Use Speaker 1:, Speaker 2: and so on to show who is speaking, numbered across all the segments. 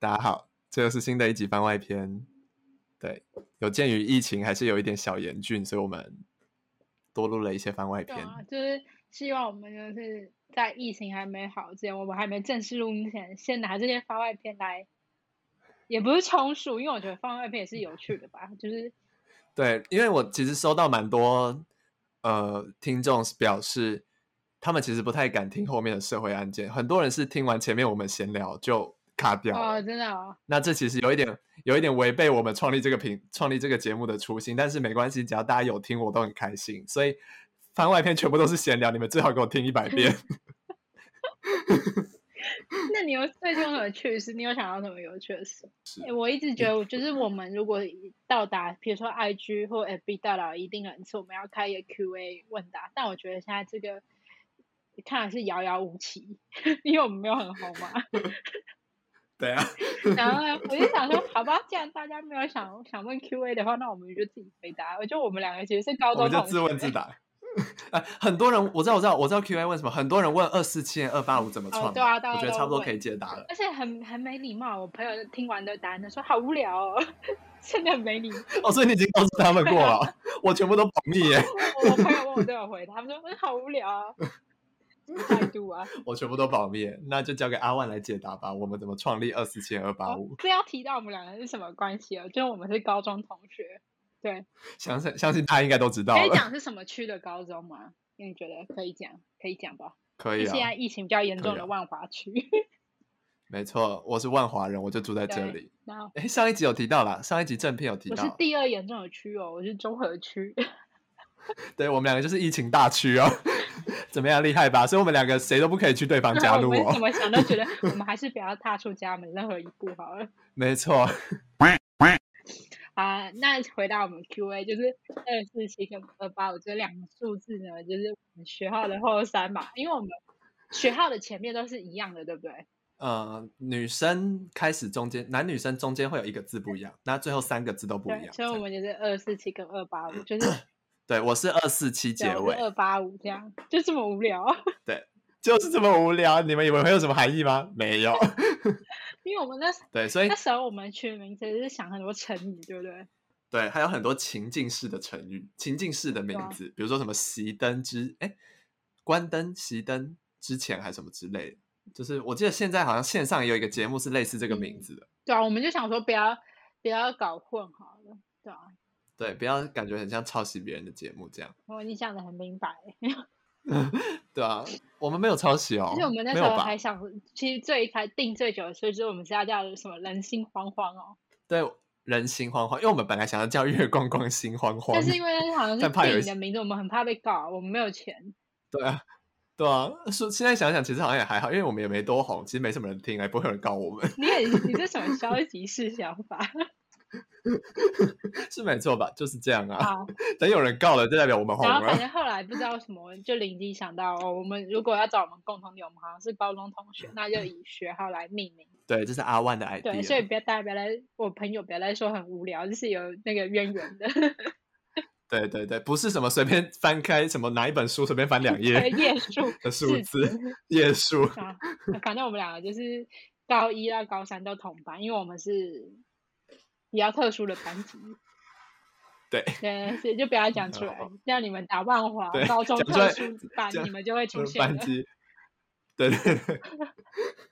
Speaker 1: 大家好，这又是新的一集番外篇。对，有鉴于疫情还是有一点小严峻，所以我们多录了一些番外
Speaker 2: 对
Speaker 1: 篇。
Speaker 2: 啊，就是希望我们就是在疫情还没好之前，我们还没正式录音之前，先拿这些番外篇来，也不是充数，因为我觉得番外篇也是有趣的吧，就是
Speaker 1: 对，因为我其实收到蛮多呃听众是表示，他们其实不太敢听后面的社会案件，很多人是听完前面我们闲聊就卡掉了。
Speaker 2: 哦，真的哦，
Speaker 1: 那这其实有一点有一点违背我们创立这个频创立这个节目的初心，但是没关系，只要大家有听，我都很开心。所以番外篇全部都是闲聊，你们最好给我听一百 遍。
Speaker 2: 那你有最近有什么趣事？你有想到什么有趣的事？欸我一直觉得，我就是我们如果一到达，比如说 IG 或 FB 到达一定人数，我们要开一个 QA 问答。但我觉得现在这个看来是遥遥无期， 因为我们没有很红嘛。
Speaker 1: 对啊，
Speaker 2: 然后呢，我就想说，好吧，既然大家没有想想问 QA 的话，那我们就自己回答。我觉得我们两个其实是高
Speaker 1: 我
Speaker 2: 中
Speaker 1: 们就
Speaker 2: 同
Speaker 1: 自问自
Speaker 2: 学
Speaker 1: 答。 啊，很多人我知道，我知道，我知道 Q A 问什么，很多人问二四七二八五怎么
Speaker 2: 哦
Speaker 1: 创的、
Speaker 2: 对啊大
Speaker 1: 我
Speaker 2: 家
Speaker 1: 觉得
Speaker 2: 都
Speaker 1: 差不多
Speaker 2: 问
Speaker 1: 可以解答了。
Speaker 2: 而且很很没礼貌。我朋友听完的答案都说好无聊哦， 真的很没礼貌。
Speaker 1: 哦，所以你已经告诉他们过
Speaker 2: 啊
Speaker 1: 了，我全部都保密耶，
Speaker 2: 我我朋友问我都有回答，他们说嗯好无聊啊，什么态度啊？
Speaker 1: 我全部都保密耶，那就交给阿万来解答吧。我们怎么创立二四七二八
Speaker 2: 哦
Speaker 1: 五？
Speaker 2: 这要提到我们两个是什么关系哦？就是我们是高中同学，对，
Speaker 1: 相信相信他应该都知道
Speaker 2: 可以
Speaker 1: 了，
Speaker 2: 讲是什么区的高中吗？你觉得可以讲，可以讲吧？
Speaker 1: 可以
Speaker 2: 就现
Speaker 1: 啊
Speaker 2: 在，疫情比较严
Speaker 1: 可以
Speaker 2: 重
Speaker 1: 啊
Speaker 2: 的万华区，
Speaker 1: 没错，我是万华人，我就住在这
Speaker 2: 对
Speaker 1: 里。
Speaker 2: 然后
Speaker 1: 哎，上一集有提到啦，上一集正片有提
Speaker 2: 我是
Speaker 1: 到，
Speaker 2: 第二严重的区哦，我是中和区。
Speaker 1: 对我们两个就是疫情大区哦， 怎么样厉害吧？所以我们两个谁都不可以去对 方家
Speaker 2: 我
Speaker 1: 录
Speaker 2: 们怎
Speaker 1: 哦，
Speaker 2: 么想都觉得我们还是不要踏出家门任何一步好了。
Speaker 1: 没错。
Speaker 2: 啊，那回到我们 Q&A，就是二四七跟二八五这两个数字呢，就是我们学号的后三嘛，因为我们学号的前面都是一样的，对不对？
Speaker 1: 呃，女生开始中间，男女生中间会有一个字不一样，那最后三个字都不一
Speaker 2: 对，
Speaker 1: 样。
Speaker 2: 所
Speaker 1: 这
Speaker 2: 以我
Speaker 1: 样
Speaker 2: 们就是二四七跟二八五，就是
Speaker 1: 对我是二四七 结尾，
Speaker 2: 二八五这样，就这么无聊。
Speaker 1: 就是这么无聊。你们以为会有什么含义吗？没 有。
Speaker 2: 因为我们那时
Speaker 1: 对，所以
Speaker 2: 那时候我们取名字是想很多成语，对不对？
Speaker 1: 对，还有很多情境式的成语、情境式的名
Speaker 2: 啊
Speaker 1: 字，比如说什么熄灯之哎，关灯、熄灯之前还是什么之类的。就是我记得现在好像线上也有一个节目是类似这个名
Speaker 2: 嗯
Speaker 1: 字的。
Speaker 2: 对啊，我们就想说不要不要搞混好了，对啊，
Speaker 1: 对，不要感觉很像抄袭别人的节目这样。
Speaker 2: 我哦你讲的很明白。
Speaker 1: 对啊，我们没有抄袭哦，
Speaker 2: 而且我们那
Speaker 1: 没
Speaker 2: 时
Speaker 1: 有
Speaker 2: 候
Speaker 1: 吧
Speaker 2: 还想，其实最开定最久的时候，就是我们是要叫什么“人心惶惶”哦，
Speaker 1: 对 人心惶惶，因为我们本来想要叫月光光心惶惶，
Speaker 2: 但是因为那好像
Speaker 1: 但
Speaker 2: 是
Speaker 1: 怕有
Speaker 2: 电
Speaker 1: 一
Speaker 2: 影的名字，我们很怕被告，啊我们没有钱。
Speaker 1: 对啊，对啊，说现在想想，其实好像也还好，因为我们也没多红，其实没什么人听，也不会有人告我们，
Speaker 2: 你 很你这什么消极式想法
Speaker 1: 是没错吧？就是这样啊。
Speaker 2: 啊？
Speaker 1: 等有人告了，就代表我们红
Speaker 2: 然后反
Speaker 1: 了。
Speaker 2: 正后来不知道什么，就灵机想到哦，我们如果要找我们共同点，我们好像是高中同学，那就以学号来命名。
Speaker 1: 对，这是阿万的
Speaker 2: 对，所以
Speaker 1: idea。
Speaker 2: 不要大家不要来，我朋友不要来说很无聊，就是有那个 渊源的
Speaker 1: 对对对，不是什么随便翻开什么哪一本书，随便翻两 页
Speaker 2: 页 数
Speaker 1: 的数
Speaker 2: 是
Speaker 1: 字页数。
Speaker 2: 啊，反正我们两个就是高一到高三都同班，因为我们是比较特殊的班级。
Speaker 1: 对
Speaker 2: 对，所以就不要讲出来
Speaker 1: 好，
Speaker 2: 让你们打万华
Speaker 1: 对
Speaker 2: 高中
Speaker 1: 讲出
Speaker 2: 特
Speaker 1: 来
Speaker 2: 殊班
Speaker 1: 这，样
Speaker 2: 你们就会
Speaker 1: 就
Speaker 2: 出
Speaker 1: 是
Speaker 2: 现
Speaker 1: 班
Speaker 2: 了。
Speaker 1: 级。对对对，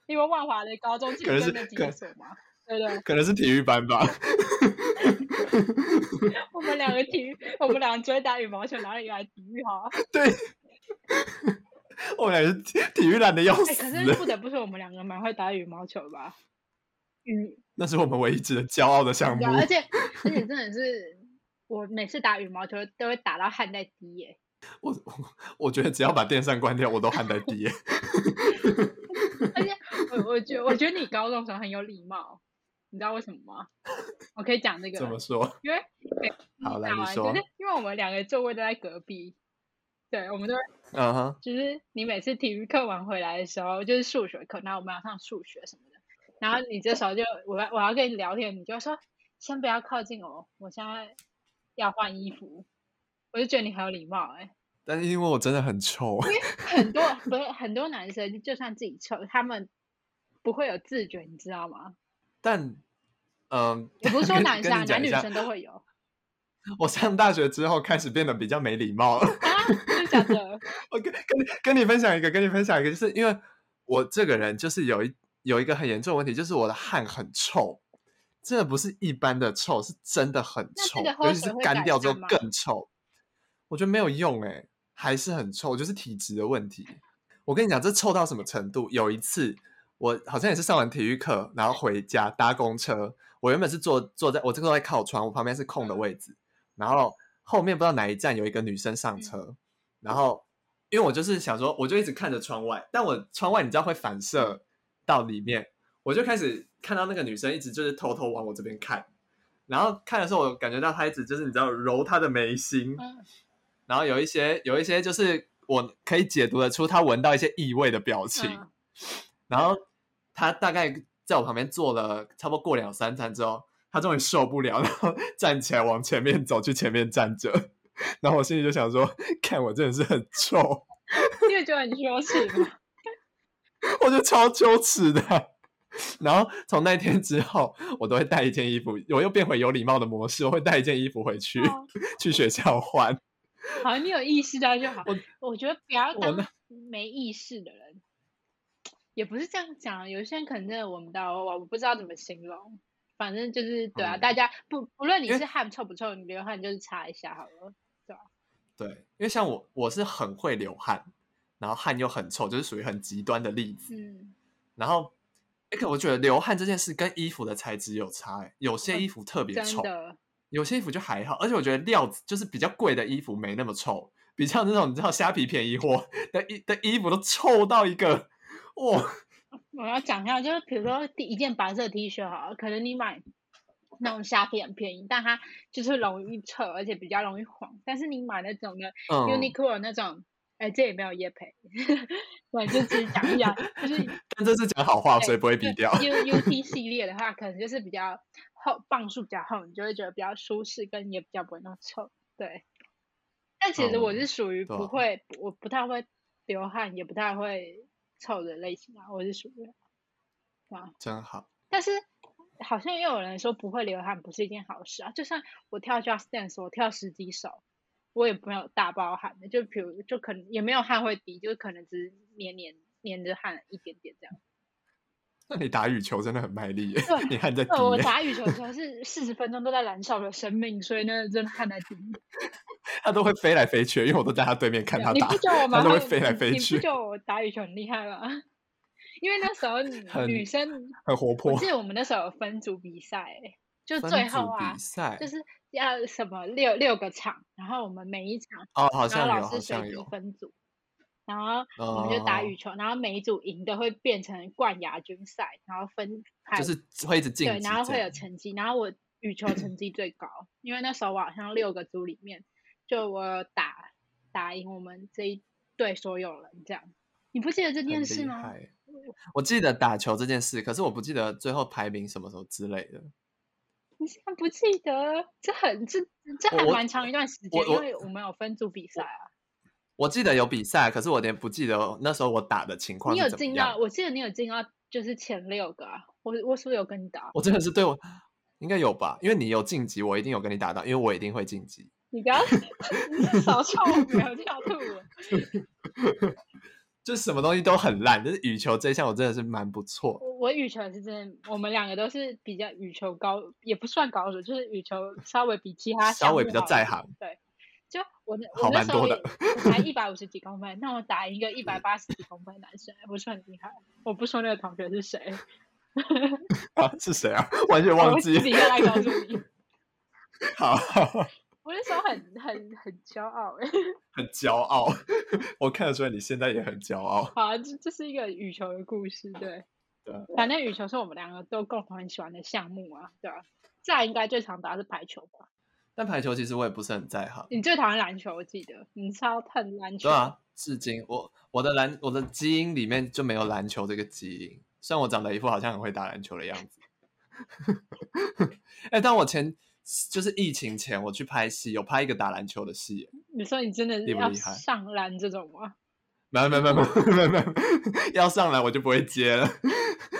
Speaker 2: 因为万华的高中其
Speaker 1: 可能
Speaker 2: 实就是那几
Speaker 1: 可
Speaker 2: 个所嘛。对不对，
Speaker 1: 可能是体育班吧。
Speaker 2: 我们两个体育，我们两个只会打羽毛球，哪里来体育哈？
Speaker 1: 对，我们俩是体体育懒的要
Speaker 2: 哎，
Speaker 1: 死
Speaker 2: 可。是不得不说，我们两个蛮会打羽毛球吧？羽
Speaker 1: 那是我们唯一值得骄傲的项目
Speaker 2: 对啊，。而且而且真的是，我每次打羽毛球都会打到汗在滴耶、
Speaker 1: 我我我觉得只要把电扇关掉，我都汗在 滴耶。
Speaker 2: 而且我我觉得我觉得你高中的时候很有礼貌，你知道为什么吗？我可以讲这个
Speaker 1: 怎
Speaker 2: 了，
Speaker 1: 么说？
Speaker 2: 因为每次
Speaker 1: 好来
Speaker 2: 打
Speaker 1: 你
Speaker 2: 完
Speaker 1: 说
Speaker 2: 就是因为我们两个座位都在隔壁，对，我们都会
Speaker 1: 嗯哼，
Speaker 2: 就是你每次体育课完回来的时候，就是数学课，然后我们要上数学什么的，然后你这时候就我要我要跟你聊天，你就说先不要靠近我，我现在要换衣服。我就觉得你很有礼貌哎、
Speaker 1: 但因为我真的很臭，
Speaker 2: 很多不是很多男生，就算自己臭，他们不会有自觉，你知道吗？
Speaker 1: 但嗯，
Speaker 2: 也不是说
Speaker 1: 跟
Speaker 2: 男
Speaker 1: 跟
Speaker 2: 生啊，
Speaker 1: 你讲
Speaker 2: 男
Speaker 1: 一
Speaker 2: 女
Speaker 1: 下
Speaker 2: 生都 会有
Speaker 1: 我上大学之后开始变得比较没礼貌了。
Speaker 2: 啊，真的假的？
Speaker 1: 我跟跟你跟你分享一个，跟你分享一个，就是因为我这个人就是有一有一个很严重的问题，就是我的汗很臭，这不是一般的臭，是真的很
Speaker 2: 那这
Speaker 1: 臭
Speaker 2: 个，喝
Speaker 1: 尤其
Speaker 2: 水
Speaker 1: 是
Speaker 2: 会改
Speaker 1: 干掉之后
Speaker 2: 善吗
Speaker 1: 更臭。我觉得没有用哎、还是很臭，就是体质的问题。我跟你讲，这臭到什么程度？有一次，我好像也是上完体育课，然后回家搭公车。我原本是坐坐在我这个坐在靠窗，我旁边是空的位置，然后后面不知道哪一站有一个女生上
Speaker 2: 嗯
Speaker 1: 车，然后因为我就是想说，我就一直看着窗外，但我窗外你知道会反射到里面，我就开始看到那个女生一直就是偷偷往我这边看，然后看的时候我感觉到她一直就是你知道揉她的眉心，
Speaker 2: 嗯，
Speaker 1: 然后有一些有一些就是我可以解读得出她闻到一些异味的表情，
Speaker 2: 嗯
Speaker 1: 然后他大概在我旁边坐了差不多过两三餐之后，他终于受不了，然后 站起来往前面走，去前面站着。然后我心里就想说，看我真的是很臭，
Speaker 2: 你也觉得很羞耻吗？
Speaker 1: 我觉得超羞耻的。然后从那天之后，我都会带一件衣服，我又变回有礼貌的模式，我会带一件衣服回去、
Speaker 2: 哦
Speaker 1: 去学校换。
Speaker 2: 好，你有意识到就好。我觉得不要
Speaker 1: 我
Speaker 2: 当
Speaker 1: 那
Speaker 2: 没意识的人，也不是这样讲啊。有些人可能真的闻不到，我不知道怎么形容。反正就是对啊，
Speaker 1: 嗯
Speaker 2: 大家不不论你
Speaker 1: 因为
Speaker 2: 是汗臭不臭，你流汗就是擦一下好了。
Speaker 1: 对，因为像我，我是很会流汗，然后汗又很臭，就是属于很极端的例子。
Speaker 2: 嗯，
Speaker 1: 然后，哎，可我觉得流汗这件事跟衣服的材质有差、欸，有些衣服特别
Speaker 2: 哦真
Speaker 1: 臭，
Speaker 2: 的，
Speaker 1: 有些衣服就还好。而且我觉得料子就是比较贵的衣服没那么臭，比较那种你知道虾皮便宜货的衣的衣服都臭到一个，哇、
Speaker 2: 我要讲一下，就是比如说第一件白色 T 恤好了，可能你买那种虾皮很便宜，但它就是容易臭，而且比较容易黄。但是你买那种的
Speaker 1: 嗯
Speaker 2: Uniqlo 那种，哎、这也没有业配， 我就只是讲一讲，就是
Speaker 1: 但这是讲好话，
Speaker 2: 对
Speaker 1: 所以不会比
Speaker 2: 哎对
Speaker 1: 掉。
Speaker 2: U U T 系列的话，可能就是比较厚，磅数比较厚，你就会觉得比较舒适，跟也比较不会那么臭。对，但其实我
Speaker 1: 嗯
Speaker 2: 是属于
Speaker 1: 对
Speaker 2: 不
Speaker 1: 啊
Speaker 2: 会，我不太会流汗，也不太会臭的类型啊，我是属于。
Speaker 1: 真好，
Speaker 2: 但是好像也有人说不会流汗不是一件好事啊，就算我跳 Just Dance，我跳十几首。我也没有大爆汗的，就比如就可能也没有汗会滴，就是可能只是黏黏黏着汗一点点这样。
Speaker 1: 那你打羽球真的很卖力耶
Speaker 2: 对，
Speaker 1: 你汗在滴
Speaker 2: 对，呃我
Speaker 1: 耶，
Speaker 2: 打羽球的时候是四十分钟都在燃烧我的生命，所以呢，真的汗在滴。
Speaker 1: 他都会飞来飞去，因为我都在他对面看他
Speaker 2: 你
Speaker 1: 打
Speaker 2: 不，觉得我
Speaker 1: 他
Speaker 2: 蛮
Speaker 1: 都会
Speaker 2: 会
Speaker 1: 飞来
Speaker 2: 你
Speaker 1: 飞
Speaker 2: 你
Speaker 1: 去
Speaker 2: 不觉得我打羽球很厉害吗？因为那时候女
Speaker 1: 很
Speaker 2: 女生，
Speaker 1: 很活
Speaker 2: 我
Speaker 1: 泼
Speaker 2: 记。得我们那时候有分组比赛欸、就
Speaker 1: 分
Speaker 2: 最后
Speaker 1: 组
Speaker 2: 啊
Speaker 1: 比，赛
Speaker 2: 就是要什么六六个场，然后我们每一场，
Speaker 1: 哦，好
Speaker 2: 然后
Speaker 1: 像有，
Speaker 2: 老
Speaker 1: 好
Speaker 2: 师随
Speaker 1: 像
Speaker 2: 机
Speaker 1: 有，哦
Speaker 2: 分组，然后我们就打羽球，然后每一组赢的会变成冠亚军赛，然后分
Speaker 1: 哦，
Speaker 2: 派
Speaker 1: 就是会一直晋
Speaker 2: 哎对，
Speaker 1: 级这
Speaker 2: 然
Speaker 1: 样，
Speaker 2: 后会有成绩，然后我羽球成绩最高，因为那时候我好像六个组里面，就我打打赢我们这一队所有人这样。你不记得这
Speaker 1: 很
Speaker 2: 件事
Speaker 1: 厉
Speaker 2: 吗？
Speaker 1: 害。我记得打球这件事，可是我不记得最后排名什么时候之类的。
Speaker 2: 你竟然不记得？这很这这
Speaker 1: 我
Speaker 2: 还
Speaker 1: 我
Speaker 2: 蛮长一段时间，
Speaker 1: 我
Speaker 2: 因
Speaker 1: 我
Speaker 2: 为我们有分组比赛啊。
Speaker 1: 我记得有比赛，可是我有点不记得那时候我打的情况
Speaker 2: 你有
Speaker 1: 是怎么
Speaker 2: 进
Speaker 1: 样
Speaker 2: 到，。我记得你有进到就是前六个啊。我我是不是有跟你打？
Speaker 1: 我真的是对我应该有吧，因为你有晋级，我一定有跟你打到，因为我一定会晋级。
Speaker 2: 你不要 你少笑我，我就要吐了。
Speaker 1: 就是什么东西都很烂，但是羽球这一项我真的是蛮不错。
Speaker 2: 我我羽球是真的，我们两个都是比较羽球高，也不算高手，就是羽球稍微比其他
Speaker 1: 稍
Speaker 2: 项
Speaker 1: 微
Speaker 2: 目
Speaker 1: 比较
Speaker 2: 好一
Speaker 1: 在
Speaker 2: 点
Speaker 1: 行。
Speaker 2: 对，就我那
Speaker 1: 好
Speaker 2: 我那
Speaker 1: 蛮
Speaker 2: 时候
Speaker 1: 多的
Speaker 2: 也我才一百五十几公分，那我打一个一百八十几公分的男生，不是很厉害。我不说那个同学是谁，
Speaker 1: 啊，是谁 啊？完全
Speaker 2: 我
Speaker 1: 忘
Speaker 2: 会私底
Speaker 1: 记。
Speaker 2: 下来告诉你。
Speaker 1: 好，
Speaker 2: 我那时候很很很骄傲哎、
Speaker 1: 很骄傲， 我看得出来你现在也很骄傲。
Speaker 2: 好啊，这这是一个羽球的故事，对。
Speaker 1: 对啊
Speaker 2: 反正羽球是我们两个都共同很喜欢的项目啊，对啊。再来应该最常打的是排球吧。
Speaker 1: 但排球其实我也不是很在行。
Speaker 2: 你最讨厌篮球，我记得你超恨篮球。
Speaker 1: 对啊，至今我我的篮我的基因里面就没有篮球这个基因， 虽然我长得一副好像很会打篮球的样子。哎、但我前就是疫情前我去拍戏，有拍一个打篮球的戏耶，
Speaker 2: 你说你真的
Speaker 1: 厉不
Speaker 2: 要
Speaker 1: 厉害
Speaker 2: 上篮这种吗？
Speaker 1: 没有没有没有没有没有没有，要上来我就不会接了。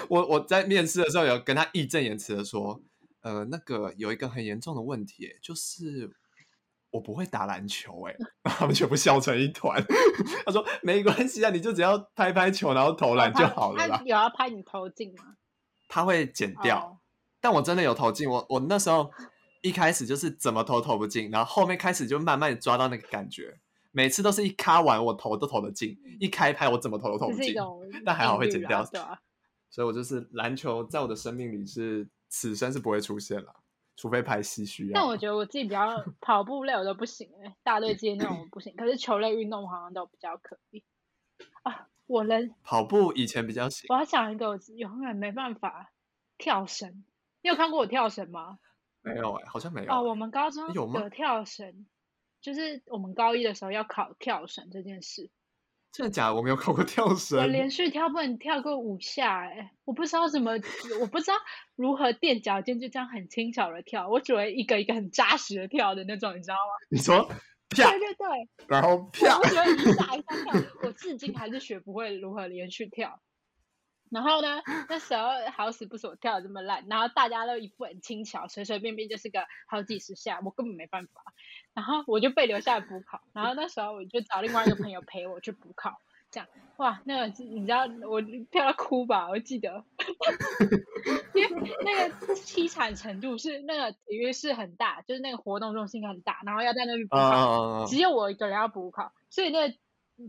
Speaker 1: 我我在面试的时候有跟他义正言辞的说，呃，那个有一个很严重的问题耶，就是我不会打篮球，哎， 他们全部笑成一团。 他说没关系啊，你就只要拍拍球，然后投 篮就
Speaker 2: 他
Speaker 1: 好了
Speaker 2: 哦他
Speaker 1: 啦。
Speaker 2: 啊有要拍你投进吗？
Speaker 1: 他会剪 掉，
Speaker 2: 哦
Speaker 1: 但我真的有投进，我我那时候一开始就是怎么投投不进，然后后面开始就慢慢地抓到那个感觉，每次都是一卡完我投都投得进，一开拍我怎么投都投不
Speaker 2: 嗯这是一
Speaker 1: 进，
Speaker 2: 种
Speaker 1: 但还好会
Speaker 2: 定
Speaker 1: 剪
Speaker 2: 律啊
Speaker 1: 掉
Speaker 2: 对啊，
Speaker 1: 所以我就是篮球在我的生命里是此生是不会出现了，除非拍戏需要。
Speaker 2: 但我觉得我自己 比较跑步类我都不行哎、大队接那种我不行，可是球类运动我好像都比较可以啊。我人
Speaker 1: 跑步以前比较行，
Speaker 2: 我要想一个，我永远没办法跳绳。你有看过我跳绳吗？
Speaker 1: 没有哎、好像没有、
Speaker 2: 哦，我们高中
Speaker 1: 有吗
Speaker 2: 跳绳，就是我们高一的时候要考跳绳这件事。
Speaker 1: 真的假的？我没有考过跳绳
Speaker 2: 我，连续跳不能跳过五下、哎，我不知道怎么，我不知道如何垫脚尖就这样很轻巧的跳，我只会一个一个很扎实的跳的那种，你知道吗？
Speaker 1: 你说啪
Speaker 2: 对，对对，
Speaker 1: 然后啪
Speaker 2: 我，只会一下一下跳，我至今还是学不会如何连续跳。然后呢，那时候好死不死我跳的这么烂，然后大家都一副很轻巧，随随便便就是个好几十下，我根本没办法。然后我就被留下来补考，然后那时候我就找另外一个朋友陪我去补考，这样哇，那个你知道我跳到哭吧，我记得， 因为那个凄惨程度是那个体育室很大，就是那个活动中心很大，然后要在那边补
Speaker 1: 啊
Speaker 2: 考，
Speaker 1: 啊啊！啊，
Speaker 2: 只有我一个人要补考，所以那个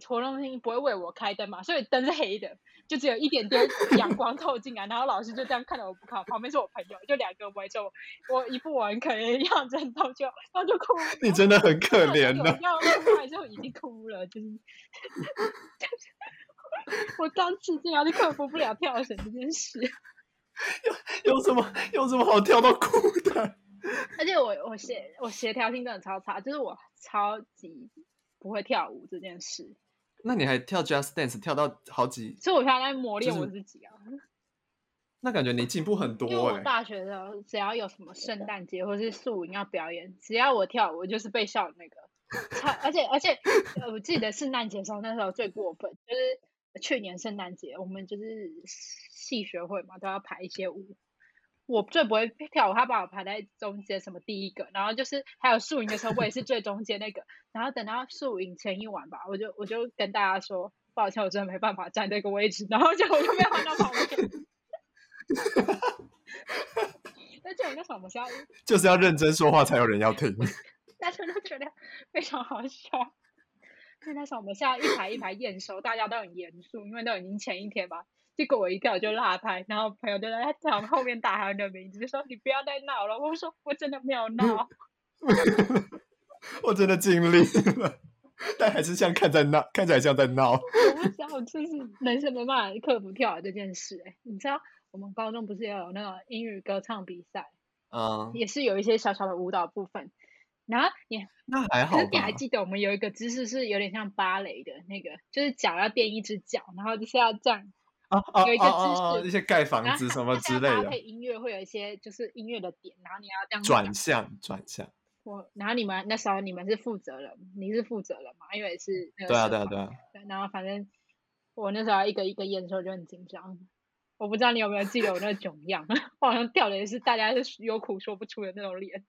Speaker 2: 活动中心不会为我开灯嘛，所以灯是黑的，就只有一点点阳光透进来， 然后老师就这样看着我补考，旁边是我朋友，就两个围着我，我一副我很可怜的样子，然后就然后就哭
Speaker 1: 你真的很可怜
Speaker 2: 的，
Speaker 1: 呢。
Speaker 2: 要哭完之后已经哭了，就是。 我当时竟然是克服不了跳绳这件事，
Speaker 1: 有什么有什么好跳到哭的？
Speaker 2: 而且我我协我协调性真的超差，就是我超级不会跳舞这件事。
Speaker 1: 那你还跳 Just Dance 跳到好几，
Speaker 2: 所以我现在在磨练
Speaker 1: 就是
Speaker 2: 我自己啊，
Speaker 1: 那感觉你进步很
Speaker 2: 因为
Speaker 1: 多
Speaker 2: 我
Speaker 1: 哎、
Speaker 2: 大学的时候，只要有什么圣诞节或是素营要表演，只要我跳舞，我就是被笑的那个。超而且而且，呃我记得圣诞节的时候，那时候最过分，就是去年圣诞节，我们就是系学会嘛，都要排一些舞。我最不会跳舞，他把我排在中间，什么第一个，然后就是还有宿营的时候，我也是最中间那个。然后等到宿营前一晚吧，我就我就跟大家说，抱歉，我真的没办法站这个位置，然后结果我就被换到旁边。 而且我那时候我们是要，
Speaker 1: 就是要认真说话才有人要听。
Speaker 2: 大家都觉得非常好笑。因为那时候我们是要一排一排验收，大家都很严肃，因为都已经前一天嘛。结果我一跳就落拍，然后朋友就在他后面大喊我的名字，就说你不要再闹了。我说我真的没有闹。
Speaker 1: 我真的尽力了， 但还是像看在闹，看起来像在闹。
Speaker 2: 我不知道，我就是人生没办法克服跳舞这件事、欸。你知道我们高中不是也有那个英语歌唱比赛，
Speaker 1: 嗯，
Speaker 2: 也是有一些小小的舞蹈部分。然后你
Speaker 1: 那还好
Speaker 2: 可是你
Speaker 1: 吧
Speaker 2: 还？记得我们有一个姿势是有点像芭蕾的那个，就是脚要垫一只脚，然后就是要这样，
Speaker 1: 啊啊
Speaker 2: 有一个
Speaker 1: 啊
Speaker 2: 姿
Speaker 1: 啊啊！
Speaker 2: 势
Speaker 1: 一些盖
Speaker 2: 然
Speaker 1: 房
Speaker 2: 后
Speaker 1: 子
Speaker 2: 它
Speaker 1: 什么
Speaker 2: 它是
Speaker 1: 之
Speaker 2: 要
Speaker 1: 类
Speaker 2: 搭
Speaker 1: 的
Speaker 2: 配，音乐会有一些就是音乐的点，然后你要这样
Speaker 1: 转
Speaker 2: 讲
Speaker 1: 向转向。
Speaker 2: 我，然后你们那时候你们是负责人，你是负责人嘛？因为是那个
Speaker 1: 对啊
Speaker 2: 社
Speaker 1: 对啊
Speaker 2: 团
Speaker 1: 对啊！
Speaker 2: 对然后反正我那时候一个一个验收就很紧张，我不知道你有没有记得我那个囧样， 我好像掉的也是大家是有苦说不出的那种脸，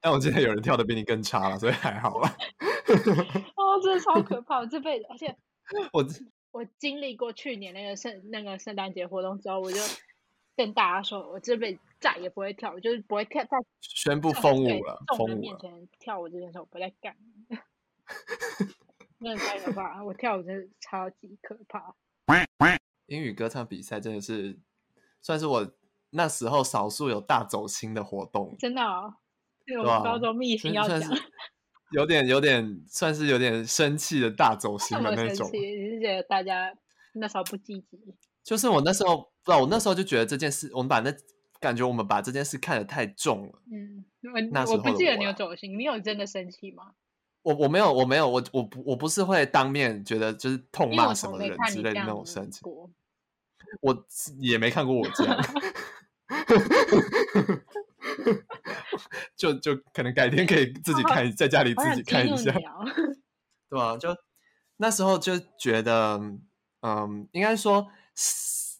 Speaker 1: 但我记得有人跳的比你更差了，所以还好啊啦。
Speaker 2: 哦，真的超可怕，我这辈子，而且
Speaker 1: 我
Speaker 2: 我经历过去年那个圣那个圣诞节活动之后，我就跟大家说，我这辈子再也不会跳舞，就是不会跳在
Speaker 1: 宣布
Speaker 2: 众
Speaker 1: 封
Speaker 2: 对
Speaker 1: 舞了，
Speaker 2: 众
Speaker 1: 封
Speaker 2: 人
Speaker 1: 舞
Speaker 2: 面
Speaker 1: 了。
Speaker 2: 前跳舞这件事，我不再干了。真的太可怕了，我跳舞真的超级可怕。
Speaker 1: 英语歌唱比赛真的是算是我那时候少数有大走心的活动，
Speaker 2: 真的、哦，对我
Speaker 1: 对
Speaker 2: 们
Speaker 1: 啊
Speaker 2: 高中密
Speaker 1: 所
Speaker 2: 信
Speaker 1: 以
Speaker 2: 要
Speaker 1: 算
Speaker 2: 讲
Speaker 1: 是，有点有点算是有点生气的大走心
Speaker 2: 那
Speaker 1: 的
Speaker 2: 么
Speaker 1: 那
Speaker 2: 生
Speaker 1: 种
Speaker 2: 气，。你是觉得大家那时候不积极？
Speaker 1: 就是我那时候不知道，我那时候就觉得这件事，我们把那感觉我们把这件事看得太重了。
Speaker 2: 嗯，
Speaker 1: 那
Speaker 2: 我
Speaker 1: 时
Speaker 2: 我不
Speaker 1: 候的
Speaker 2: 记得
Speaker 1: 我啊
Speaker 2: 你有
Speaker 1: 啦
Speaker 2: 走心，你有真的生气吗？
Speaker 1: 我我没有我没有我我不我不是会当面觉得就是痛
Speaker 2: 因为
Speaker 1: 骂
Speaker 2: 我
Speaker 1: 什
Speaker 2: 从
Speaker 1: 么
Speaker 2: 没
Speaker 1: 人
Speaker 2: 看
Speaker 1: 之
Speaker 2: 你
Speaker 1: 类
Speaker 2: 这
Speaker 1: 的那
Speaker 2: 样
Speaker 1: 种
Speaker 2: 子
Speaker 1: 生气，
Speaker 2: 过。
Speaker 1: 我 也没看过我这样， 就就可能改天可以自己看一，在家里
Speaker 2: 好
Speaker 1: 自
Speaker 2: 哦想
Speaker 1: 己
Speaker 2: 激
Speaker 1: 看一
Speaker 2: 怒
Speaker 1: 下
Speaker 2: 你，哦！
Speaker 1: 对啊，就那时候就觉得，嗯，应该说是，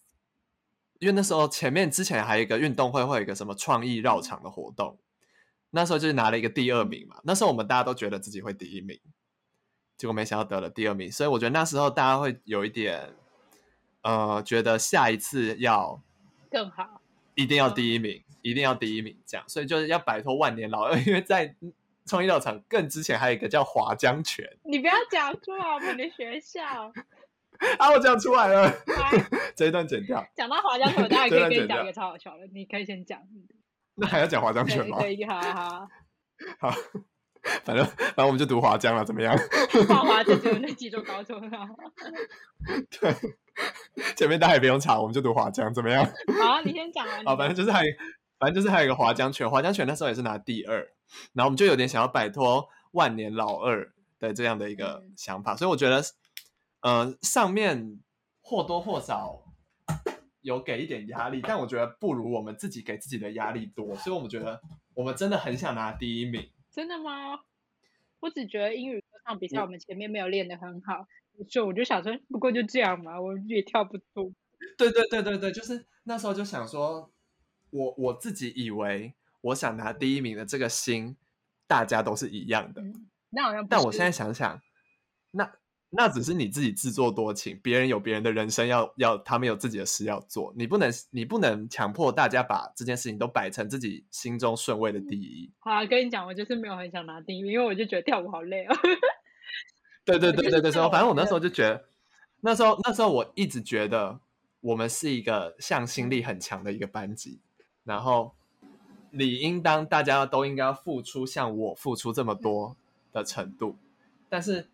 Speaker 1: 因为那时候前面之前还有一个运动会，会有一个什么创意绕场的活动，那时候就是拿了一个第二名嘛。那时候我们大家都觉得自己会第一名，结果没想到得了第二名，所以我觉得那时候大家会有一点，呃，觉得下一次要
Speaker 2: 更好，
Speaker 1: 一定要
Speaker 2: 嗯
Speaker 1: 第一名，一定要第一名，这样，所以就是要摆脱万年老二，因为在创意绕场更之前还有一个叫华江泉。
Speaker 2: 你不要讲出来我们的学校。
Speaker 1: 啊，我讲出来了，
Speaker 2: 来，
Speaker 1: 这一段剪掉。
Speaker 2: 讲到华江口，当然可
Speaker 1: 这段
Speaker 2: 以
Speaker 1: 啊剪
Speaker 2: 跟你讲
Speaker 1: 掉
Speaker 2: 一个超好笑的，你可以先讲。
Speaker 1: 那还要讲华江
Speaker 2: 对
Speaker 1: 犬吗？
Speaker 2: 对，好好好。
Speaker 1: 好，反正反正我们就读华江了，怎么样？
Speaker 2: 画花这就那几中高中啊。
Speaker 1: 对，前面大家也不用查，我们就读华江，怎么样？
Speaker 2: 好，你先讲完。
Speaker 1: 啊，反正就是还，反正就是还有一个华江犬，华江犬那时候也是拿第二，然后我们就有点想要摆脱万年老二的这样的一个
Speaker 2: 嗯
Speaker 1: 想法，所以我觉得，呃，上面或多或少有给一点压力，但我觉得不如我们自己给自己的压力多，所以我们觉得我们真的很想拿第一名。
Speaker 2: 真的吗？我只觉得英语歌唱比赛
Speaker 1: 我
Speaker 2: 我们前面没有练得很好，所以我就想说，不过就这样嘛，我也跳不出。
Speaker 1: 对对对对对，就是那时候就想说，我我自己以为我想拿第一名的这个心，大家都是一样的。
Speaker 2: 嗯，那好像不
Speaker 1: 但我现在
Speaker 2: 是
Speaker 1: 想想，那那只是你自己自作多情，别人有别人的人生要要，他们有自己的事要做，你不能你不能强迫大家把这件事情都摆成自己心中顺位的第一。
Speaker 2: 好啊，跟你讲，我就是没有很想拿第一名，因为我就觉得跳舞好累哦。
Speaker 1: 对对
Speaker 2: 我
Speaker 1: 对
Speaker 2: 觉得
Speaker 1: 对
Speaker 2: 是
Speaker 1: 对，
Speaker 2: 这
Speaker 1: 所以
Speaker 2: 样
Speaker 1: 反正我
Speaker 2: 我觉
Speaker 1: 那时
Speaker 2: 得
Speaker 1: 候就觉得，那时候那时候我一直觉得我们是一个向心力很强的一个班级，然后理应当大家都应该要付出像我付出这么多的程度，但是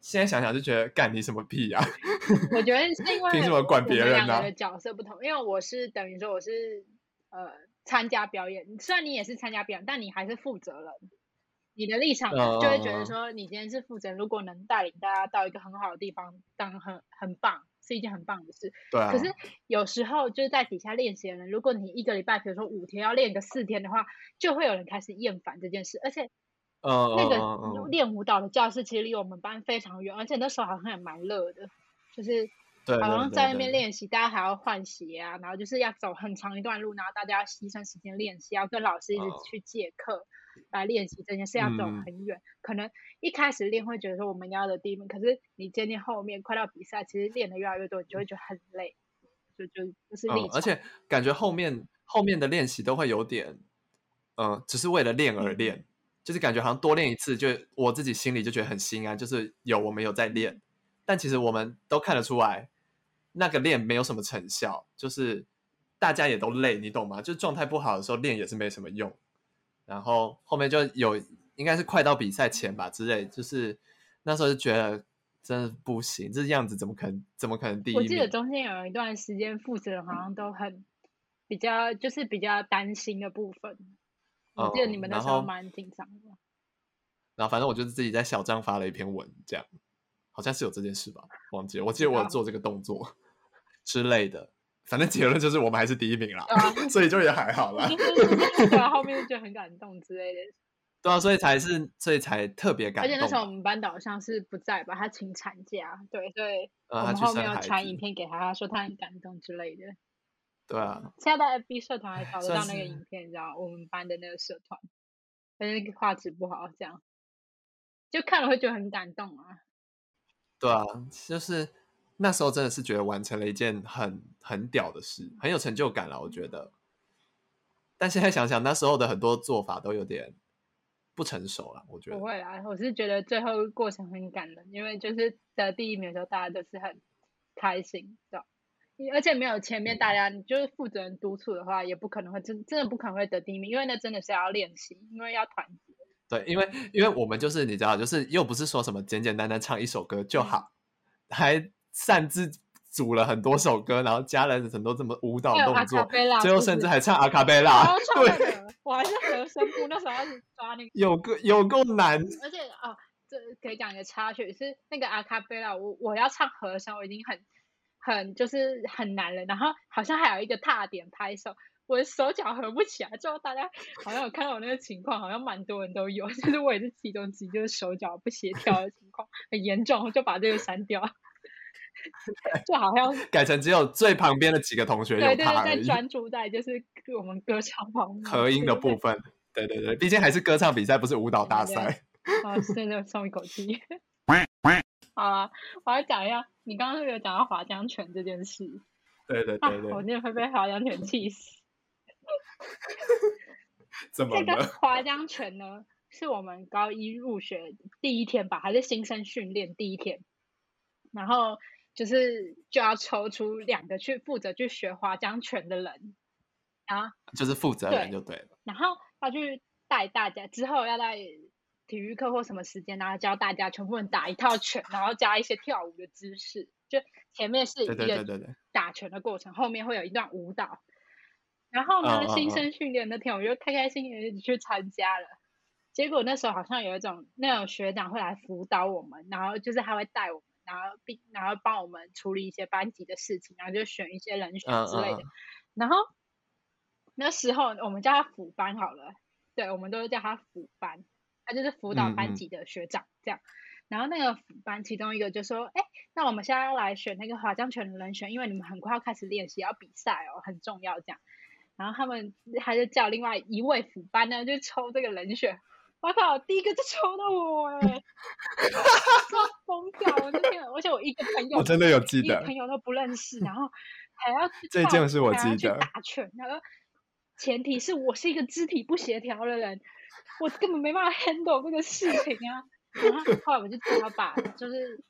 Speaker 1: 现在想想就觉得干你什么屁呀、
Speaker 2: 我觉得是因为
Speaker 1: 凭什么
Speaker 2: 我
Speaker 1: 管别
Speaker 2: 我们
Speaker 1: 人啊
Speaker 2: 两个
Speaker 1: 呢
Speaker 2: 的角色不同，因为我是等于说我是呃参加表演，虽然你也是参加表演，但你还是负责人。你的立场就会觉
Speaker 1: 嗯嗯
Speaker 2: 得
Speaker 1: 嗯
Speaker 2: 说，你今天是负责人，如果能带领大家到一个很好的地方，当然很很棒，是一件很棒的事。
Speaker 1: 对啊，
Speaker 2: 可是有时候就是在底下练习的人，如果你一个礼拜，比如说五天要练个四天的话，就会有人开始厌烦这件事，而且
Speaker 1: 嗯
Speaker 2: 那
Speaker 1: 嗯嗯
Speaker 2: 个
Speaker 1: 嗯
Speaker 2: 练舞蹈的教室其实离我们班非常远，而且那时候好像也蛮热的，就是
Speaker 1: 对
Speaker 2: 好
Speaker 1: 对
Speaker 2: 像
Speaker 1: 对
Speaker 2: 在那
Speaker 1: 对
Speaker 2: 边
Speaker 1: 对
Speaker 2: 练习，大家还要换鞋啊，然后就是要走很长一段路，然后大家要牺牲时间练习，要跟老师一直
Speaker 1: 哦
Speaker 2: 去借课来练习这件事，要走
Speaker 1: 嗯
Speaker 2: 很远。可能一开始练会觉得说我们要的第一名，可是你渐渐后面快到比赛，其实练的越来越多，你就会觉得很累，就就就是立
Speaker 1: 嗯，而
Speaker 2: 场
Speaker 1: 且感觉后面后面的练习都会有点，呃，只是为了练而
Speaker 2: 嗯
Speaker 1: 练，就是感觉好像多练一次就，我自己心里就觉得很心安，就是有我们有在练，但其实我们都看得出来，那个练没有什么成效，就是大家也都累，你懂吗？就状态不好的时候练也是没什么用。然后后面就有应该是快到比赛前吧之类，就是那时候就觉得真的不行，这样子怎么可能怎么可能第一
Speaker 2: 我
Speaker 1: 名？
Speaker 2: 记得中间有一段时间，负责人好像都很比较，就是比较担心的部分。我记得你
Speaker 1: 嗯
Speaker 2: 们那
Speaker 1: 然
Speaker 2: 时候
Speaker 1: 后
Speaker 2: 蛮紧张的。
Speaker 1: 然后反正我就是自己在小账发了一篇文，这样好像是有这件事吧，忘记了。我记得
Speaker 2: 知
Speaker 1: 我有
Speaker 2: 道
Speaker 1: 做这个动作之类的，反正结论就是我们还是第一名啦，
Speaker 2: 啊，
Speaker 1: 所以就也还好啦
Speaker 2: 就。是对啊，后面就觉得很感动之类的。
Speaker 1: 对啊，所以才是，所以才特别感
Speaker 2: 而
Speaker 1: 动
Speaker 2: 且
Speaker 1: 吧。
Speaker 2: 那时候我们班导像是不在吧，他请产假，对对，
Speaker 1: 呃他
Speaker 2: 我们
Speaker 1: 去
Speaker 2: 后
Speaker 1: 生
Speaker 2: 面有
Speaker 1: 孩
Speaker 2: 传影
Speaker 1: 子，
Speaker 2: 片给他，他说他很感动之类的。
Speaker 1: 对啊，
Speaker 2: 现在在 FB 社团还找得
Speaker 1: 算
Speaker 2: 到那个
Speaker 1: 是
Speaker 2: 影片，你知道我们班的那个社团，但是画质不好，这样就看了会觉得很感动啊。
Speaker 1: 对啊，就是那时候真的是觉得完成了一件很很屌的事，很有成就感啦，我觉得。但现在想想，那时候的很多做法都有点不成熟了，我觉得
Speaker 2: 不。会啦，我是觉得最后过程很感人，因为就是得第一名的时候，大家都是很开心的，你而且没有前面大家，你就是负责人督促的话，也不可能会真真的不可能会得第一名，因为那真的是要练习，因为要团结。
Speaker 1: 对，因为因为我们就是你知道，就是又不是说什么简简单单唱一首歌就
Speaker 2: 嗯
Speaker 1: 好，还擅自组了很多首歌，然后加了很多这么舞蹈
Speaker 2: 还有
Speaker 1: 动
Speaker 2: 阿卡
Speaker 1: 作，
Speaker 2: 贝拉，
Speaker 1: 最后
Speaker 2: 就
Speaker 1: 甚
Speaker 2: 是
Speaker 1: 至还唱阿卡贝拉
Speaker 2: 超，超
Speaker 1: 对，
Speaker 2: 的，我还是和声部那时候要是抓那个，
Speaker 1: 有够有够难，
Speaker 2: 而且哦，这可以讲一个插曲，是那个阿卡贝拉，我我要唱和声，我已经很很就是很难了，然后好像还有一个踏点拍手，我我的手脚合不起来，之后大家好像有看到我那个情况，好像蛮多人都有，就是我也是其中之一，就是手脚不协调的情况很严重，我就把这个删掉， 就好像
Speaker 1: 改成只有最旁边的几个同学
Speaker 2: 对
Speaker 1: 有
Speaker 2: 对
Speaker 1: 他
Speaker 2: 对，
Speaker 1: 而
Speaker 2: 在
Speaker 1: 已。
Speaker 2: 专注在就是我们歌唱方面
Speaker 1: 合音的部，分，对对对，毕竟还是歌唱比赛，不是舞蹈大
Speaker 2: 对
Speaker 1: 赛。
Speaker 2: 啊，真的松一口气。好啊，我来讲一下，你刚刚是不是有讲到划江拳这件事？
Speaker 1: 对对
Speaker 2: 啊
Speaker 1: 对，
Speaker 2: 我
Speaker 1: 对，
Speaker 2: 真的会被划江拳气死。
Speaker 1: 怎么
Speaker 2: 这个
Speaker 1: 了？
Speaker 2: 划江拳呢，是我们高一入学第一天吧，还是新生训练第一天？然后就是就要抽出两个去负责去学划江拳的人，然后
Speaker 1: 就是负责人
Speaker 2: 对
Speaker 1: 就对了。
Speaker 2: 然后要去带大家，之后要在体育课或什么时间，然后教大家全部人打一套拳，然后加一些跳舞的姿势。就前面是一
Speaker 1: 对对对
Speaker 2: 个
Speaker 1: 对对，
Speaker 2: 打拳的过程，后面会有一段舞蹈。然后呢，
Speaker 1: 嗯嗯嗯
Speaker 2: 新生训练那天我就开开心心的去参加了。结果那时候好像有一种那种学长会来辅导我们，然后就是他会带我们，然后并然后帮我们处理一些班级的事情，然后就选一些人选
Speaker 1: 嗯
Speaker 2: 之类的。
Speaker 1: 嗯嗯
Speaker 2: 然后那时候我们叫他辅班好了，对，我们都叫他辅班，他就是辅导
Speaker 1: 嗯嗯
Speaker 2: 班级的学长、这样。然后那个辅班其中一个就说：“哎，那我们现在要来选那个划江拳的人选，因为你们很快要开始练习，要比赛哦，很重要这样。”然后他们他就叫另外一位辅班呢，就抽这个人选。我靠，第一个就抽到我哎、 真疯掉！我那天，而且我一个朋友，
Speaker 1: 我真的有记
Speaker 2: 一个
Speaker 1: 得
Speaker 2: 朋友都不认识， 然后还要去
Speaker 1: 这
Speaker 2: 跳
Speaker 1: 件
Speaker 2: 舞
Speaker 1: 事我
Speaker 2: 还要
Speaker 1: 记
Speaker 2: 去
Speaker 1: 得
Speaker 2: 打拳，然后前提是我是一个肢体不协调的人，我根本没办法 handle 这个事情啊。然 后后来我就只好把就是，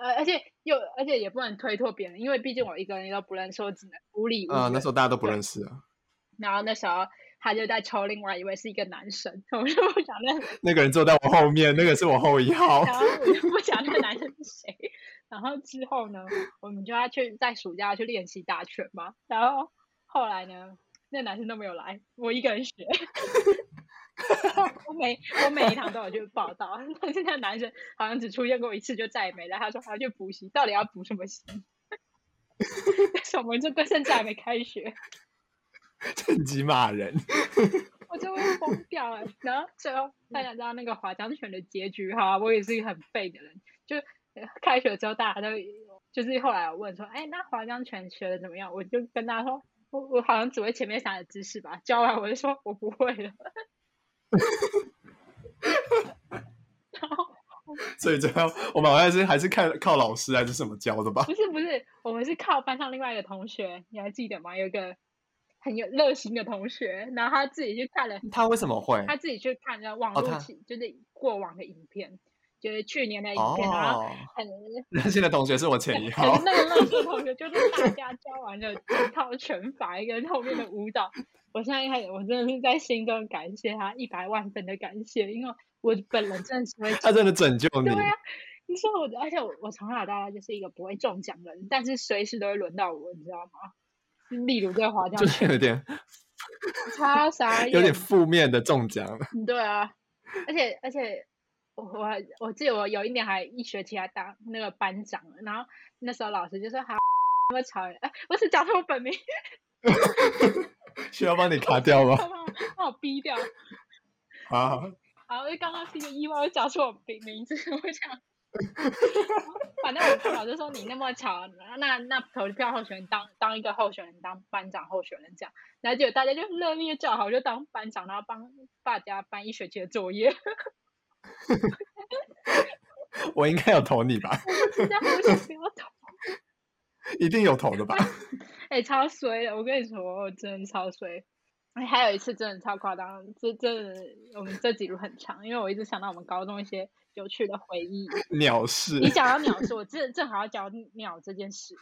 Speaker 2: 呃，而且又而且也不能推脱别人，因为毕竟我一个人都不认识，我只能孤立无
Speaker 1: 啊、
Speaker 2: 援
Speaker 1: 那时候大家都不
Speaker 2: 对
Speaker 1: 认识啊，
Speaker 2: 然后那时候他就在抽另外一位是一个男生， 我就不想认识
Speaker 1: 那个人坐在我后面，那个是我后一号。
Speaker 2: 然后我就不讲那个男生是谁。然后之后呢，我们就要去在暑假去练习打拳嘛。然后后来呢，那男生都没有来，我一个人学。 我每我每一堂都有去报道，但是那个男生好像只出现过一次，就再也没来。他说他要去补习，到底要补什么习？ 但是我们这到现在还没开学，
Speaker 1: 趁机骂人，
Speaker 2: 我就会疯掉了。然后最后大家知道那个华江犬的结局哈，我也是一个很废的人，就呃开学之后大家都就是后来我问说，哎，那华江犬学的怎么样？我就跟他说，我我好像只会前面三个知识吧，教完我就说我不会了。 然后
Speaker 1: 所以最后我们好像是还是看靠老师还是什么教的吧？
Speaker 2: 不是不是，我们是靠班上另外一个同学，你还记得吗？有一个很有热心的同学，然后他自己去看了
Speaker 1: 他为什么会？
Speaker 2: 嗯他自己去看那网
Speaker 1: 哦
Speaker 2: 络
Speaker 1: 他
Speaker 2: 起，就是过往的影片，就是去年的影片，然后
Speaker 1: 哦，
Speaker 2: 很
Speaker 1: 任性的同学是我前一号
Speaker 2: 很。那个乐趣同学，就是大家教完了整套拳法跟后面的舞蹈。我现在开始，我真的是在心中感谢他一百万分的感谢，因为我本人真的是会
Speaker 1: 他真的拯救你
Speaker 2: 对，啊，你说我，而且我我从小到大就是一个不会中奖的人，但是随时都会轮到我，你知道吗？例如这个滑
Speaker 1: 就
Speaker 2: 翔，
Speaker 1: 是有点
Speaker 2: 超傻眼，
Speaker 1: 有点负面的中奖。
Speaker 2: 嗯，对啊，而且而且我我还我记得我有一年还一学期还当那个班长了，然后那时候老师就说好，那么 吵，哎，我只讲出我本名，
Speaker 1: 需要帮你卡掉吗？
Speaker 2: 他把我 把我逼掉，
Speaker 1: 啊，
Speaker 2: 然后就刚刚是一个意外，我讲出我名名字，我想。反正我们老师说你那么吵，那那投票候选人当当一个候选人当班长候选人这样，然后结果大家就热烈叫好，我就当班长，然后帮大家搬一学期的作业。
Speaker 1: 我应该有投你吧？
Speaker 2: 然后我就不要投
Speaker 1: 一定有投的吧？
Speaker 2: 哎、超衰的！我跟你说，我真的超衰。哎，还有一次真的超夸张，这真的我们这几路很长，因为我一直想到我们高中一些有趣的回忆。
Speaker 1: 鸟事
Speaker 2: 你，讲到鸟事，我正正好要讲鸟这件事，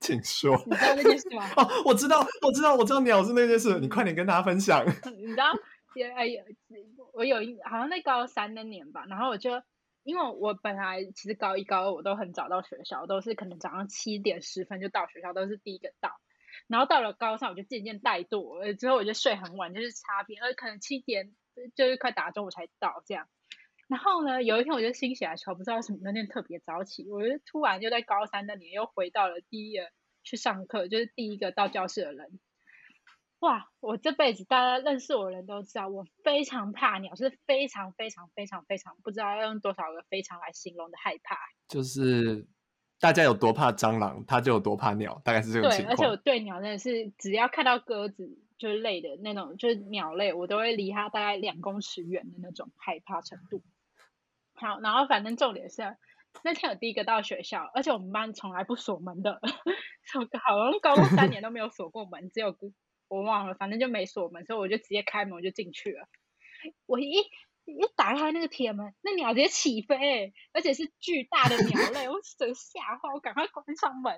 Speaker 1: 请说。
Speaker 2: 你知道这件事吗？
Speaker 1: 哦，我知道，我知道，我知道鸟是那件事，你快点跟大家分享。
Speaker 2: 你知道，也哎，有我有一好像在高三那年吧，然后我就因为我本来其实高一高二我都很早到学校，都是可能早上七点十分就到学校，都是第一个到。然后到了高三，我就渐渐怠惰，呃之后我就睡很晚，就是擦边，呃，可能七点就是快打钟我才到这样。然后呢，有一天我就心血来潮，不知道为什么那天特别早起，我就突然就在高三那年又回到了第一个去上课，就是第一个到教室的人。哇，我这辈子大家认识我的人都知道，我非常怕鸟，是非常非常非常非常不知道要用多少个非常来形容的害怕。
Speaker 1: 就是大家有多怕蟑螂，他就有多怕鸟，大概是这种
Speaker 2: 对
Speaker 1: 情，
Speaker 2: 而且我
Speaker 1: 况。
Speaker 2: 对鸟真的是只要看到鸽子就是类的那种，就是鸟类，我都会离它大概两公尺远的那种害怕程度。好，然后反正重点是那天我第一个到学校，而且我们班从来不锁门的，我好像高中三年都没有锁过门，只有我忘了，反正就没锁门，所以我就直接开门我就进去了。我一一打开那个铁门，那鸟直接起飞、欸，而且是巨大的鸟类，我整个吓坏，我赶快关上门。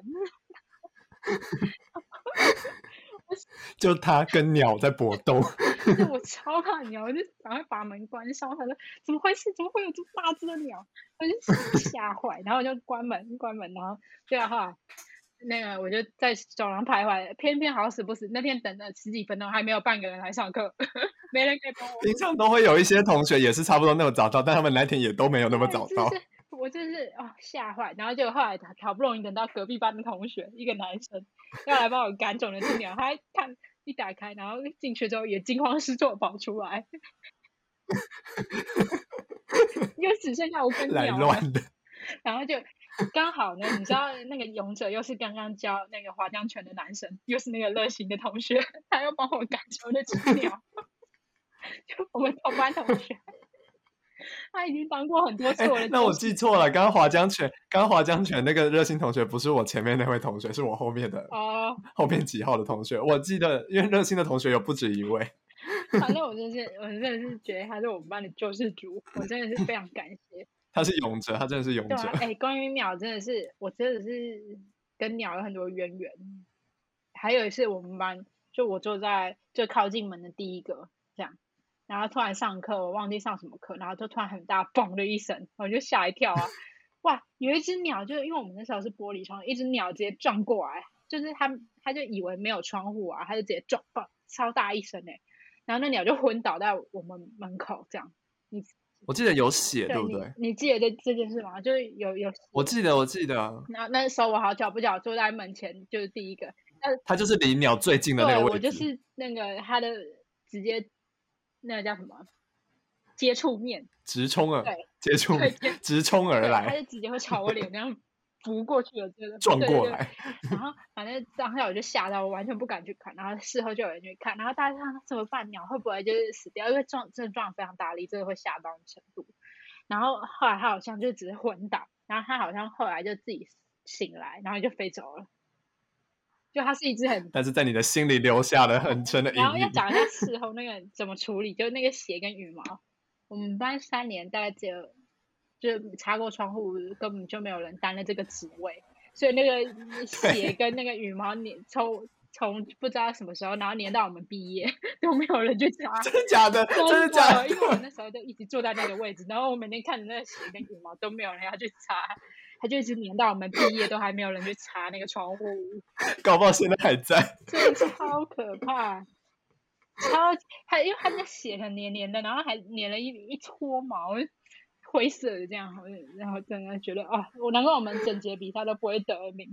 Speaker 1: 就他跟鸟在搏斗，
Speaker 2: 对我超怕鸟，我就赶快把门关上。他说：“怎么回事？怎么会有这么大只的鸟？”我就吓坏，然后我就关门，关门，然后对啊，后来那个我就在走廊徘徊，偏偏好死不死，那天等了十几分钟，还没有半个人来上课， 没人可以帮我。
Speaker 1: 平常都会有一些同学也是差不多那么早到，但他们那天也都没有那么
Speaker 2: 对
Speaker 1: 早
Speaker 2: 就
Speaker 1: 到
Speaker 2: 哎是。我就是哦吓坏，然后结果后来好不容易等到隔壁班的同学，一个男生要来帮我赶走那只鸟，他一看一打开，然后进去之后也惊慌失措跑出来， 又只剩下我跟
Speaker 1: 来
Speaker 2: 鸟了，
Speaker 1: 乱的，
Speaker 2: 然后就刚好呢，你知道那个勇者又是刚刚教那个划江拳的男生，又是那个热心的同学，他又帮我赶走那只鸟， 就我们同班同学。 他已经当过很多次
Speaker 1: 哎
Speaker 2: 我的、
Speaker 1: 那我记错了， 刚刚华江犬，刚刚华江犬那个热心同学不是我前面那位同学，是我后面的
Speaker 2: 哦，
Speaker 1: 后面几号的同学。我记得，因为热心的同学有不止一位。
Speaker 2: 反正我真是，我真的是觉得他是我们班的救世主，我真的是非常感谢。
Speaker 1: 他是勇者，他真的是勇
Speaker 2: 对
Speaker 1: 者。
Speaker 2: 啊，哎、关于鸟，真的是我真的是跟鸟有很多渊源。还有一次，我们班就我坐在最靠近门的第一个这样，然后突然上课，我忘记上什么课，然后就突然很大“嘣”的一声，我就吓 一跳啊！哇，有一只鸟，就是因为我们那时候是玻璃窗，一只鸟直接撞过来，就是它它就以为没有窗户啊，它就直接撞，嘣，超大一声哎、然后那鸟就昏倒在我们门口这样。
Speaker 1: 我记得有血，
Speaker 2: 对
Speaker 1: 对不
Speaker 2: 你
Speaker 1: 对？
Speaker 2: 你记得这这件事吗？就是有有
Speaker 1: 我记得，我记 得，
Speaker 2: 那那时候我好巧不巧坐在门前，就是第一个，
Speaker 1: 他就是离鸟最近的那
Speaker 2: 对
Speaker 1: 个
Speaker 2: 我
Speaker 1: 位置。
Speaker 2: 就是那个他的直接那个叫什么接触面，
Speaker 1: 直冲而
Speaker 2: 对
Speaker 1: 接触
Speaker 2: 对
Speaker 1: 你，直冲而
Speaker 2: 对，他
Speaker 1: 来，
Speaker 2: 就直接会朝我脸这样 扑过去了，真的
Speaker 1: 撞
Speaker 2: 对
Speaker 1: 过
Speaker 2: 对
Speaker 1: 来。
Speaker 2: 然后反正当下我就吓到，我完全不敢去看。然后事后就有人去看，然后大家看怎么办？鸟会不会就是死掉？因为撞真的撞得非常大力，真的会吓到的程度。然后后来他好像就只是昏倒，然后他好像后来就自己醒来，然后就飞走了。就它是一只很，
Speaker 1: 但是在你的心里留下了很深的阴
Speaker 2: 然后要
Speaker 1: 影。
Speaker 2: 讲一下 事后那个怎么处理，就是那个血跟羽毛。我们班三年大概只有，就是擦过窗户，根本就没有人担任这个职位，所以那个血跟那个羽毛粘从从不知道什么时候，然后粘到我们毕业 都没有人去擦。
Speaker 1: 真的假的？真的假
Speaker 2: 因为我
Speaker 1: 的？
Speaker 2: 那时候就一直坐在那个位置，然后我每天看着那个血跟羽毛都没有人要去擦，它就一直粘到我们毕业都还没有人去擦那个窗户，
Speaker 1: 搞不好现在还在。
Speaker 2: 真的超可怕。超还因为它那血很黏黏的，然后还黏了一一撮毛，哦灰色的这样，我就然后真的觉得啊，我难怪我们整节比赛都不会得名，